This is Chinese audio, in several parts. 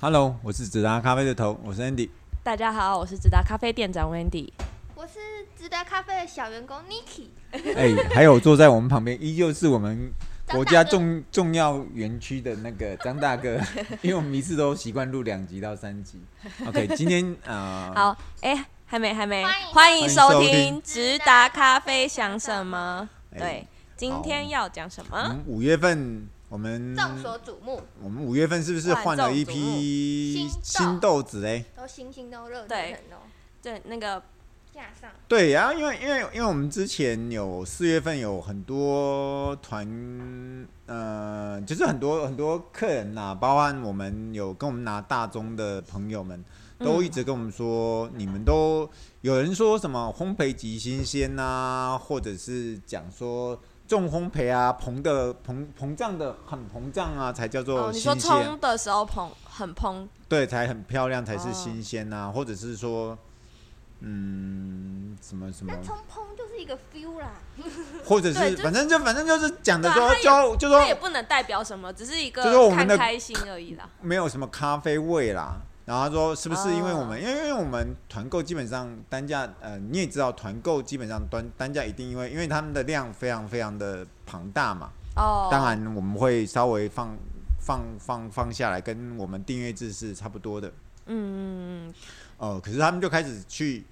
Hello，我是直达咖啡的头，我是 Andy。大家好，我是直达咖啡店长 Wendy。我是直达咖啡的小员工 Niki，哎、还有坐在我们旁边，依旧是我们张国家大哥重重要园区的那个张 大哥，因为我们一次都习惯录两集到三集。OK，今天啊，好，哎、还没，还没，欢欢迎迎收收听听《直达咖啡想什么》。哎对，今天要讲什我么？们五月份我们众所瞩目，我们五月份是不是万换了众一瞩批目新新豆子嘞？都星星都热对腾腾哦，对，那个架上对，然后因为因为因为我们之前有四月份有很多团，呃，就是很多很多客人呐、包含我们有跟我们拿大宗的朋友们，嗯都一直跟我们说，你们都有人说什么烘焙级新鲜呐、或者是讲说重烘焙啊，膨的膨膨胀的很膨胀啊，才叫哦，做你说新鲜。冲的时候蓬很蓬，对，才很漂亮，才是哦新鲜呐、或者是说，嗯，什么什么那，冲砰就是一个 feel 啦，或者对是就反正就反正就是讲的对说啊就就它也说不能代表什么，只是一就是我个们看的开心而已啦。没有什么咖啡味啦。然后他说是不是因为我们，哦因为因为我们团购基本上单价，呃，你也知道团购基本上单单价一定因为因为他们的量非常非常的庞大嘛，哦，当然我们会稍微放放放放下来，跟我们订阅制是差不多的。嗯，嗯，嗯哦，可是他们就开始去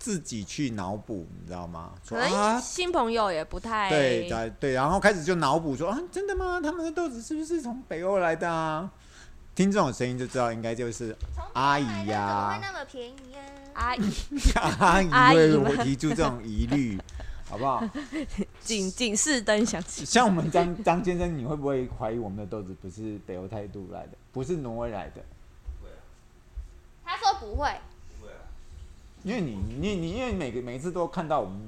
自己去脑补，你知道吗？可说能啊，嗯新朋友也不太对对对，然后开始就脑补说啊，真的吗？他们的豆子是不是从北欧来的啊？听这种声音就知道，应该就是从阿哪来姨的怎么会哎呀、那么便宜啊？阿姨，阿阿姨姨会们提出这种疑虑，好不好？警警示灯响起，像我们张张先生，你会不会怀疑我们的豆子不是北欧态度来的，不是挪威来的？他说不会，因为你你你因为每个每次都看到我们，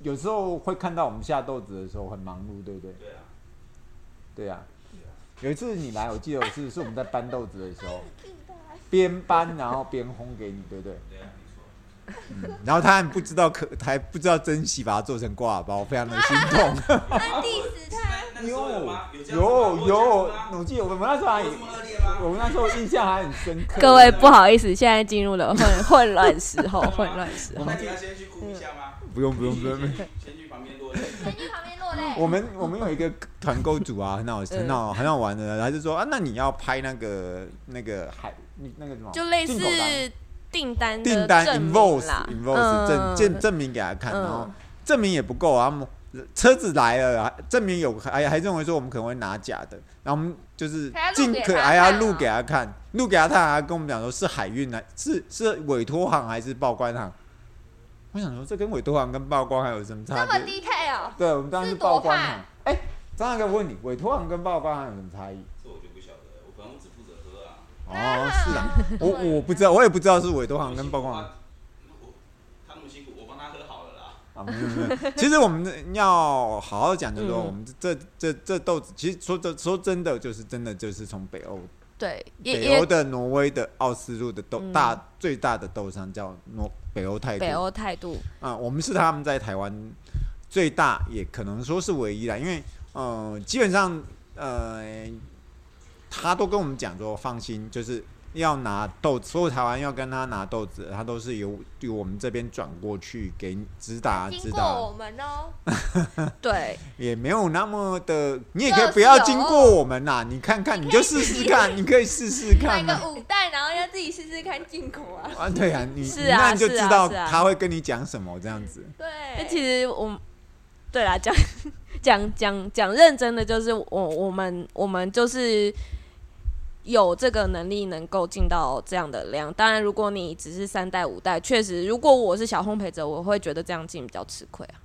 有时候会看到我们下豆子的时候很忙碌，对不对？对啊，对啊。有一次你来，我记得我是是我们在搬豆子的时候，的啊边搬然后边烘给你，对不对？对啊，没错。嗯然后他还不知道可，还不知道珍惜，把它做成挂耳包，我非常的心 痛。那 diss 他，那那时候有吗？有这样子吗有有我，我记得我们那时候还，有这么恶劣吗我们那时候印象还很深刻。各位不好意思，现在进入了混混乱时 候，混乱时有候吗。那你要先去哭一下吗？不用不用不用，不用先去先去旁边落泪。神去旁边落泪， 我们我们有一个团购组啊，很好很好很好玩的，他就说啊，那你要拍那个那个海那个什么，就类进口单似订单的订单证 invoice 明啦嗯 invoice 证证证明给他看，然后证明也不够啊，他们车子来了，还证明有还还认为说我们可能会拿假的，然后我们就是还要录尽给可他还要看录啊给他看，录给他看，还跟我们讲说是海运来，是是委托行还是报关行？我想说这跟委托行跟报关行有什么这差么别？ detail，对，我们当然是是报多关怕行。哎、张大哥问你，委托行跟报关行有什么差异？这我就不晓得，我反正只负责喝啊。哦，是啊，我对我不知道，我也不知道是委托行我跟辛报苦关行。啊。我他那么辛苦，我帮他喝好了啦。啊，没有没有。 其实我们要好好讲，就是说嗯我们这这这豆子，其实说真说真的，就是真的就是从北欧对，也北欧也的挪威的奥斯陆的豆嗯大最大的豆商叫挪北欧泰北国欧态度，啊，我们是他们在台湾最大，也可能说是唯一啦，因为呃，基本上呃，他都跟我们讲说，放心，就是要拿豆子，所有台湾要跟他拿豆子，他都是由由我们这边转过去给你直达经直过达。我们哦， 对，也没有那么的，你也可以不要经过我们啊哦啦，你看看，你就试试看，你可以试试买看啊。个五袋，然后要自己试试看进口 啊，啊，对啊，你是啊那你就是知啊道是啊他会跟你讲什么这样子。那对，其实我们对啦，讲讲讲讲认真的，就是我我们我们就是有这个能力能够进到这样的量。当然，如果你只是三代五代，确实，如果我是小烘焙者，我会觉得这样进比较吃亏啊。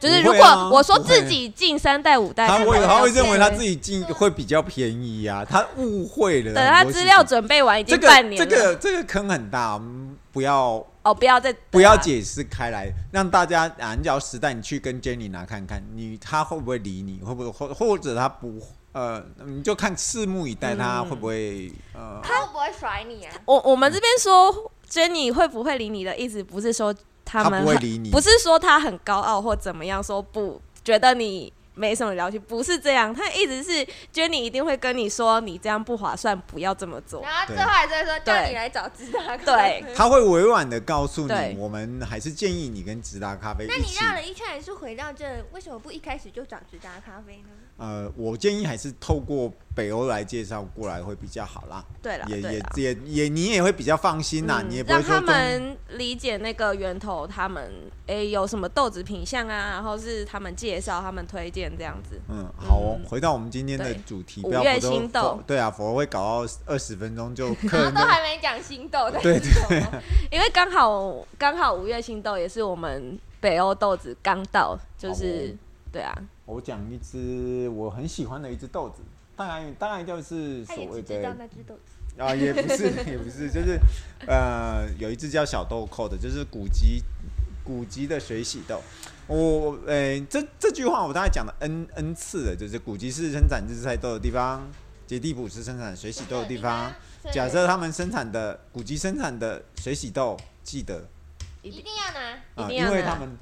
就是不如会果啊我说不会自己进三代五代，他可会能他会比较认为吃他亏自己进会比较便宜啊，他误会了。等他资料，准备完已这经半个年这了，个这个坑很大，我们不要哦，不要再不要紧，解释开来，让大家啊，你只要实在你去跟 Jenny 拿看看，你他会不会理你，会不会或或者他不呃，你就看拭目以待，他会不会、呃。他会不会甩你啊？我我们这边说 Jenny 会不会理你的意思，不是说他们他不会很理你不是说他很高傲或怎么样，说不觉得你没什么聊起，不是这样，他一直是 Jenny 一定会跟你说你这样不划算，不要这么做。然后最后还是会说叫你来找直达。对，他会委婉的告诉对你，我们还是建议你跟直达咖啡那一你起。绕了一圈还是回到这，为什么不一开始就找直达咖啡呢？呃，我建议还是透过北欧来介绍过来会比较好啦，对了，也对也了。也也你也会比较放心啦，嗯你也不会让说他中们理解那个源头，他们诶、有什么豆子品相啊，然后是他们介绍、他们推荐这样子。嗯，好哦，嗯回到我们今天的对主题，五不要月否则心斗否对啊，否则会搞到二十分钟就客然后 人都还没讲心豆的，对对，因为刚好刚好五月新豆也是我们北欧豆子刚到，就是、对啊，我讲一只我很喜欢的一只豆子，大概大概就是他所也谓只知道的那只豆子。啊，也不 是也不是，就是呃，有一只叫小豆蔻的，就是古籍古籍的水洗豆。我呃，这这句话我大概讲了 n n 次了，就是古籍是生产日晒豆的地方，杰地普是生产水洗豆的地方。假设他们生产的古籍生产的水洗豆，记得一一定定要拿，啊、一定要因为拿他们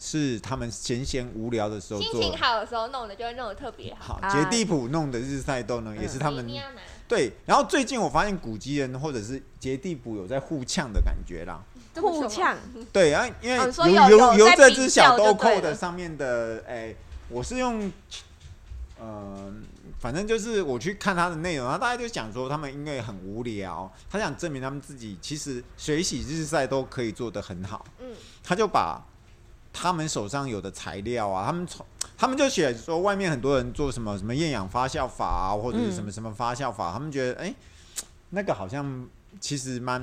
是他们闲闲无聊的时候心做情的。好的时候弄的就会弄得特别好。好，啊杰地普弄的日晒豆呢，也是他们一定要拿，对。然后最近我发现古籍人或者是杰地普有在互呛的感觉啦。啊互呛，对，然后因哦为你说由有由有由在这比只较小就豆对蔻的了上面的，哎，我是用，呃，反正就是我去看它的内容，然后大家就讲说他们因为很无聊，他想证明他们自己其实水洗日晒都可以做得很好。嗯，他就把他们手上有的材料啊，他们从他们就写说外面很多人做什么什么厌氧发酵法啊，或者嗯是什么什么发酵法，他们觉得哎、那个好像其实蛮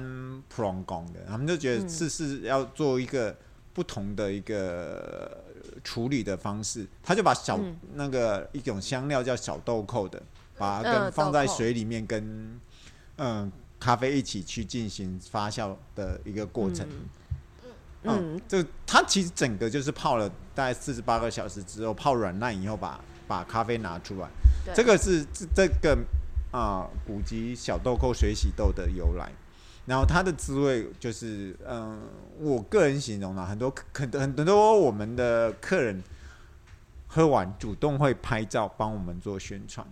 普通工的，他们就觉得嗯是是要做一个不同的一个呃处理的方式，他就把小、嗯那个一种香料叫小豆蔻的，把它嗯跟放在豆蔻水里面跟嗯咖啡一起去进行发酵的一个过程。嗯嗯，就它其实整个就是泡了大概四十八个小时之后，泡软烂以后把把咖啡拿出来对，这个是这这个啊、古籍小豆蔻水洗豆的由来。然后它的滋味就是，嗯、我个人形容啦，很多很很很多我们的客人喝完主动会拍照帮我们做宣传，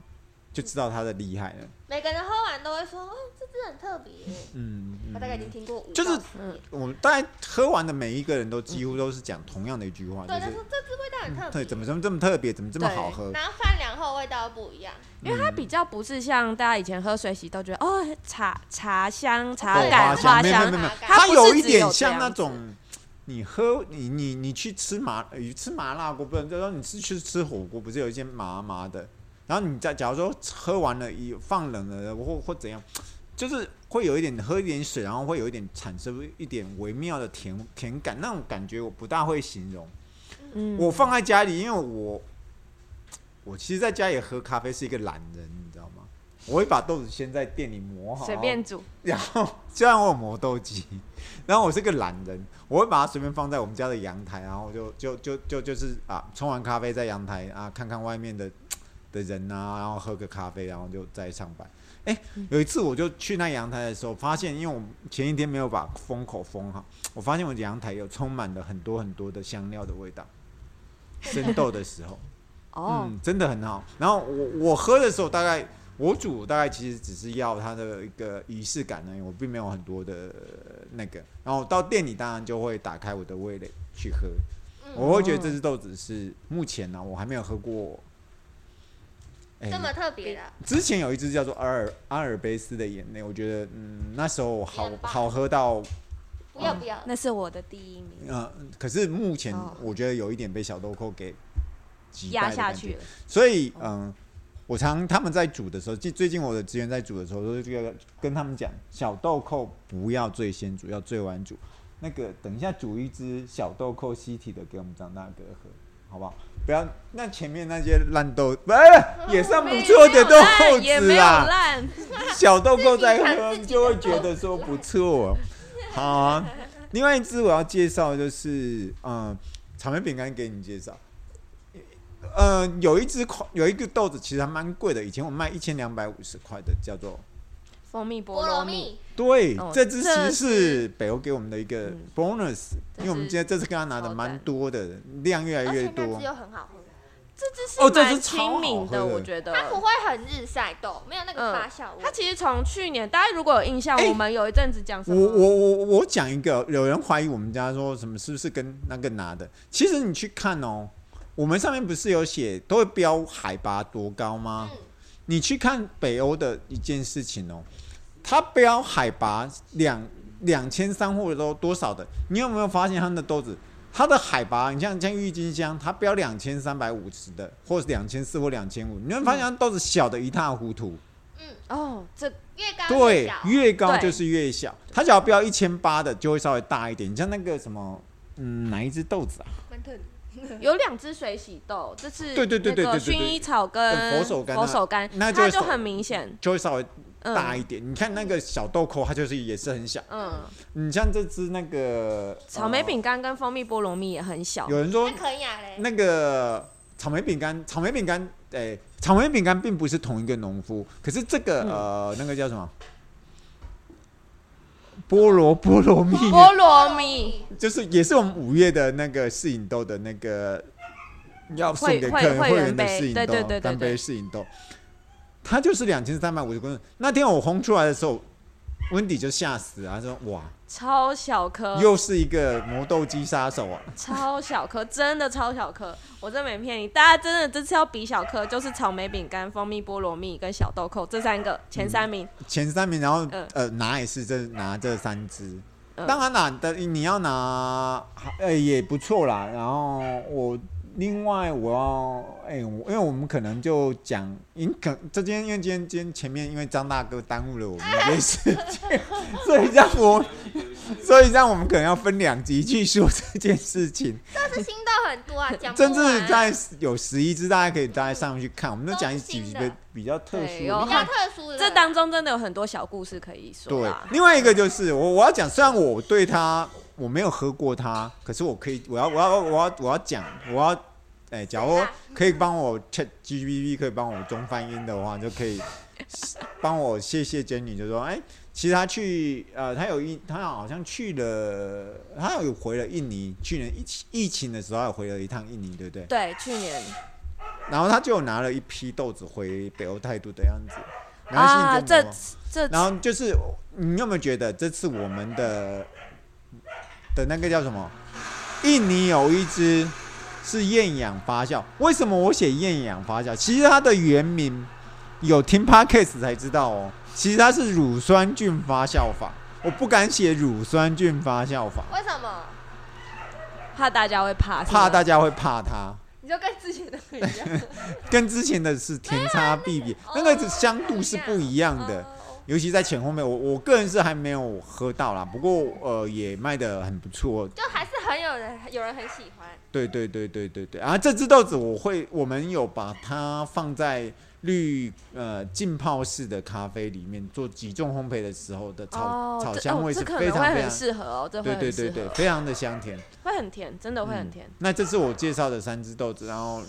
就知道它的厉害了。每个人喝完都会说，哦，这支很特别。嗯，嗯他大概已经听过五，就是嗯我们大概喝完的每一个人都几乎都是讲同样的一句话，对，就他是说这支味道很特别，嗯对，怎么这么这么特别，怎么这么对好喝？然后饭量后味道不一样，因为它比较不是像大家以前喝水洗豆觉得哦茶茶香、茶豆感、哦花花没有没有香没，有没有，它它不是有一只有点这像样那子种你喝你你你去吃麻你吃麻辣锅，不然就说你是去吃火锅，不是有一些麻麻的，然后你再假如说喝完了以放冷了或或怎样，就是会有一点喝一点水，然后会有一点产生一点微妙的甜甜感，那种感觉我不大会形容。嗯我放在家里，因为我我其实在家里喝咖啡是一个懒人，你知道吗？我会把豆子先在店里磨好，随便煮，然后虽然我有磨豆机，然后我是个懒人，我会把它随便放在我们家的阳台，然后我就就就就就是啊，冲完咖啡在阳台啊，看看外面的的人啊，然后喝个咖啡，然后就再上班。哎、有一次我就去那阳台的时候，发现因为我前一天没有把封口封好，我发现我阳台有充满了很多很多的香料的味道，生豆的时候。哦，嗯，真的很好。然后我我喝的时候，大概我煮大概其实只是要它的一个仪式感而已，我并没有很多的呃那个。然后到店里当然就会打开我的味蕾去喝，嗯，我会觉得这只豆子是目前啊呢、我还没有喝过。嗯哎这么特别的，之前有一支叫做阿尔阿尔卑斯的眼泪，我觉得嗯那时候好很棒好喝到不要不要，那是我的第一名，呃，可是目前哦我觉得有一点被小豆蔻给击败压的下感觉去了，所以嗯，我常他们在煮的时候，最最近我的职员在煮的时候，都这个跟他们讲，小豆蔻不要最先煮，要最晚煮。那个等一下煮一只小豆蔻西体的给我们长大哥喝，好不好？不要那前面那些烂豆，不、也是他们做的嗯豆烂也没子有啊，烂，小豆蔻在喝自己看自己的就会觉得说不错、好啊。另外一只我要介绍的就是嗯，草莓饼干给你介绍。呃，有一只款有一个豆子，其实还蛮贵的，以前我卖一千两百五十块的，叫做蜂蜜菠菠萝萝蜜，蜜，对，哦这只其实这是北欧给我们的一个嗯 bonus，、因为我们是今天这次跟他拿的超蛮赞多的，量越来而越且那多支。又很好喝，这哦是这蛮支超亲好民的，喝的我觉得。它不会很日晒豆，没有那嗯个发酵味它。其实从去年，大家如果有印象，哎我们有一阵子讲什我么？我我我讲一个，有人怀疑我们家说什么是不是跟那个拿的？其实你去看哦，我们上面不是有写都会标海拔多高吗？嗯你去看北欧的一件事情哦，它标海拔两两千三或者多多少的，你有没有发现它的豆子？它的海拔，你像像郁金香，它标两千三百五十的，或是两千四或两千五，你会发现它豆子小的一塌糊涂。哦，这越高越对小，。越高对就是越小。它只要标一千八的，就会稍微大一点。你像那个什么，嗯，哪一只豆子啊？蛮特别有两只水洗豆，这是对对对对那对个对对薰对衣草跟佛手柑啊佛手柑，那就它会就手很明显，就会稍微大嗯一点。你看那个小豆蔻，它就是也是很小。嗯，你像这只那个草莓、呃饼干跟蜂蜜菠萝蜜也很小，有人说那可以啊嘞，那个草莓饼干，草莓饼干，哎、草莓饼干并不是同一个农夫，可是这嗯个、呃，那个叫什么？菠萝菠萝蜜啊菠萝蜜就是也是我们五月的那个试饮豆的那个要送给客人会会会员的会员试饮杯对对对对豆，干对杯试饮豆，它就是两千三百五十公克。那天我烘出来的时候，温迪就吓死了，他说：“哇，超小颗，又是一个磨豆机杀手啊超小颗，真的超小颗，我真没骗你，大家真的这次要比小颗，就是草莓饼干、蜂蜜菠萝蜜跟小豆蔻这三个前三名，！”前三名，然后、嗯呃拿也是这拿这三支。嗯当然啦，的你要拿，呃、也不错啦。然后我另外我要，哎、我因为我们可能就讲，因可这今天因为今天今天前面因为张大哥耽误了我们一件事情， 所以让我，所以让我们可能要分两集去说这件事情。但是新豆很多 啊，讲不甚完。至在有十一支，大家可以大家上去看，我们就讲几都是新个的哦比较特殊对的有比较特殊嗯的，这当中真的有很多小故事可以说对啦，。另外一个就是我我要讲，虽然我对它我没有喝过它，可是我可以，我要我要我要我要讲，我要，哎、假如可以帮我 Chat GPT 可以帮我中翻英的话，就可以 帮我谢谢 Jenny，就说，哎、其实他去呃，他有一他好像去了，他有回了印尼，去年疫情疫情的时候，他有回了一趟印尼，对不对？对，去年然后他就有拿了一批豆子回北欧态度的样子。然后啊，你跟我这说这然后就是，你有没有觉得这次我们的的那个叫什么？印尼有一只是厌氧发酵，为什么我写厌氧发酵？其实它的原名有听 podcast 才知道哦，其实它是乳酸菌发酵法，我不敢写乳酸菌发酵法，为什 么？怕大家会怕，是吗怕大家会怕它。你就跟之前的很一样，跟之前的是天差地别，啊那个是相度是不一样的。哦尤其在前后面，我我个人是还没有喝到啦，不过呃也卖的很不错，就还是很有人有人很喜欢。对对对对对对。啊，这只豆子我会，我们有把它放在绿呃浸泡式的咖啡里面做集中烘焙的时候的草、哦，草这香哦味这是可非能常会非常很适合哦，这会对很对对适合对，嗯非常的香甜。会很甜，真的会很甜。那这是我介绍的三只豆子，然后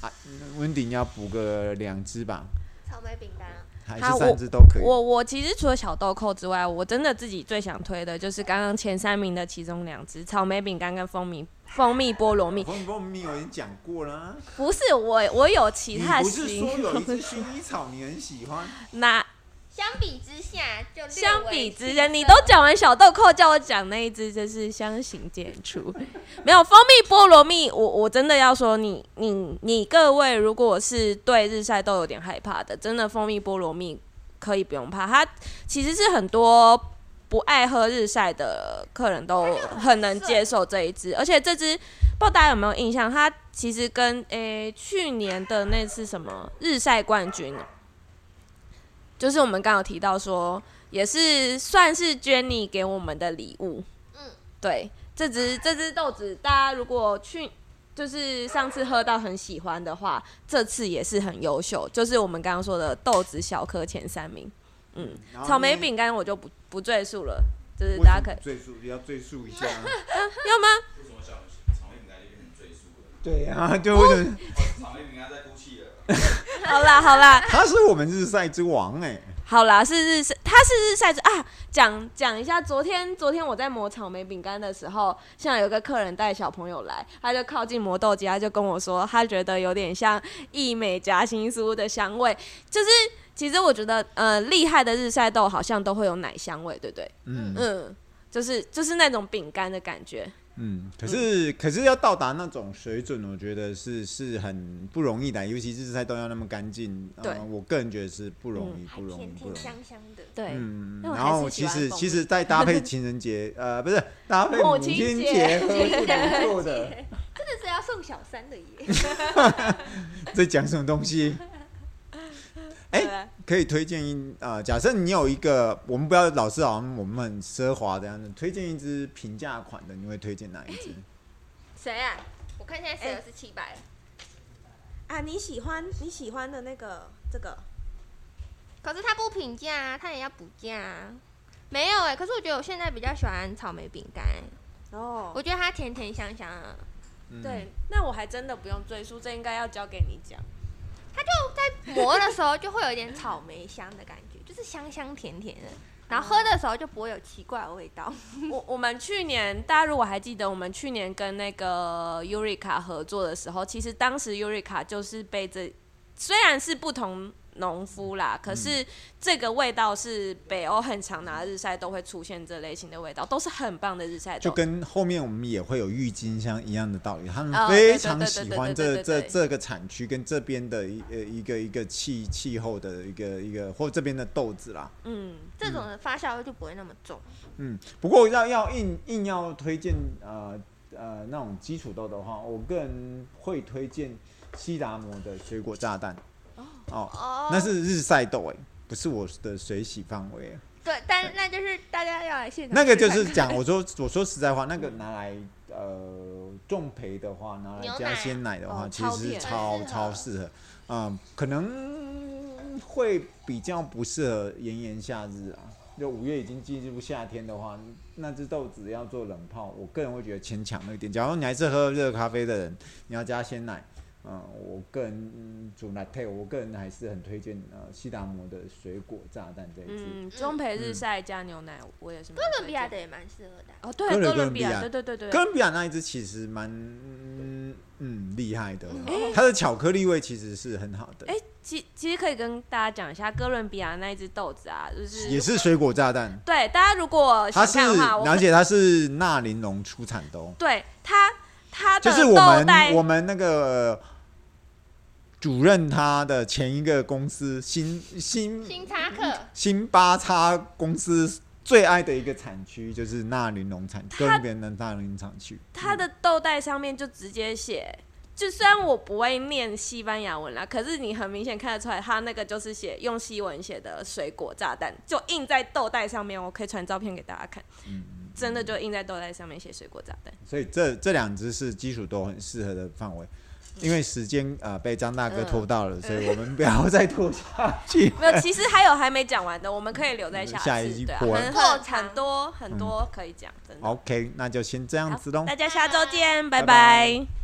啊温迪你要补个两只吧，草莓饼干啊，还好是我三只都可以？我我其实除了小豆蔻之外，我真的自己最想推的就是刚刚前三名的其中两只草莓饼干跟蜂蜜蜂蜜菠萝蜜。蜂蜂蜜我已经讲过了、啊，不是我，我有其你他不是说型。有一 只薰衣草你很喜欢？那相比之下就略微相比之轻下，松你都讲完小豆蔻，叫我讲那一只，就是相形见绌。 没有蜂蜜菠萝蜜，我我真的要说你，你你各位，如果是对日晒豆有点害怕的，真的蜂蜜菠萝蜜可以不用怕，它其实是很多。不爱喝日晒的客人都很能接受这一支，而且这支不知道大家有没有印象，它其实跟诶、去年的那次什么日晒冠军，啊就是我们刚刚有提到说，也是算是 Jenny 给我们的礼物。嗯嗯，对，这只这只豆子，大家如果去就是上次喝到很喜欢的话，这次也是很优秀，就是我们刚刚说的豆子小颗前三名。嗯，然后草莓呢饼干我就不不赘述了，就是为大家什可以么赘述，要赘述一下啊。 要吗？为什么小草莓饼干就变成赘述了？ 对啊，就为什么哦草莓饼干在哭泣了。 好啦好啦他是我们日晒之王哎、好啦，是日晒，它它是日晒之啊，讲讲一下，昨天昨天我在磨草莓饼干的时候，像有个客人带小朋友来，他就靠近磨豆机，他就跟我说，他觉得有点像益美夹心酥的香味，就是其实我觉得，呃，厉害的日晒豆好像都会有奶香味，对不对？嗯嗯，就是就是那种饼干的感觉，嗯，可是可是要到达那种水准，我觉得是是很不容易的，啊尤其是在都要那么干净，对呃，我个人觉得是不容嗯易，不还容易，甜不容甜香易。香 的。对，嗯，但我然还后是喜其欢实风其味实再搭 配情人节，呃，不是搭配母母亲亲节节，喝是不错 的。真的是要送小三的耶！ 在讲什么东西？哎、对可以推荐一呃，假设你有一个，我们不要老是好像我们很奢华的样子，推荐一支平价款的，你会推荐哪一支？谁啊？我看现在谁的是七百了。啊，你喜欢你喜欢的那个这个，可是他不评价啊，他也要补价啊。没有哎、可是我觉得我现在比较喜欢草莓饼干、哦，我觉得它甜甜香香啊，嗯，对，那我还真的不用赘述，这应该要交给你讲。 磨的时候就会有一点草莓香的感觉，就是香香甜甜的。然后喝的时候就不会有奇怪的味道。我我们去年，大家如果还记得，我们去年跟那个 Eureka 合作的时候，其实当时 Eureka 就是被这虽然是不同农夫啦，可是这个味道是北欧很常拿日晒都会出现这类型的味道，都是很棒的日晒就豆。跟后面我们也会有郁金香一样的道理，他哦们对非常对对对喜对欢对这对这对这个产区跟这边的一呃一个一个气气候的一个一个或这边的豆子啦。嗯，这种的发酵味就不会那么重。嗯，不过要要硬硬要推荐呃呃那种基础豆的话，我个人会推荐西达摩的水果炸弹。哦，哦那是日晒豆哎、不是我的水洗范围欸。对，但那就是大家要来现场。那个就是讲，我说我说实在话，那个拿来呃种培的话，拿来牛加奶鲜奶的话，哦其超实是甜超很适合超适合。嗯，可能会比较不适合炎炎夏日啊。就五月已经进入夏天的话，那只豆子要做冷泡，我个人会觉得牵强了一点。假如你还是喝热咖啡的人，你要加鲜奶，嗯，我个人嗯煮 latte，我个人还是很推荐呃西达摩的水果炸弹这一支。嗯，中培日晒加牛奶，我也是蛮推荐。哥伦比亚的也蛮适合的啊、哦，对，哥伦哥伦比比亚，亚对对对对，哥伦比亚那一只其实蛮嗯嗯厉害的，它的巧克力味其实是很好的，哎、其其实可以跟大家讲一下哥伦比亚那一只豆子啊，就是也是水果炸弹，对大家如果它想是看的话，我而可且它是纳林农出产的哦，对它它就的是豆我们袋我们那个。主任他的前一个公司新新星巴克，新巴叉公司最爱的一个产区就是纳林农产，哥伦比亚的纳林产区。它的豆袋上面就直接写。就虽然我不会念西班牙文啦，可是你很明显看得出来，它那个就是写用西文写的水果炸弹，就印在豆袋上面。我可以传照片给大家看，嗯真的就印在豆袋上面写水果炸 弹。所以这这两只是基础都很适合的范围。因为时间呃被张大哥拖到了，所以我们不要再拖下去。没有，其实还有还没讲完的，我们可以留在下次嗯下一嗯集对啊，播很后很场很多很多可以讲，真的。 OK，那就先这样子喽大。家下周见，拜拜拜拜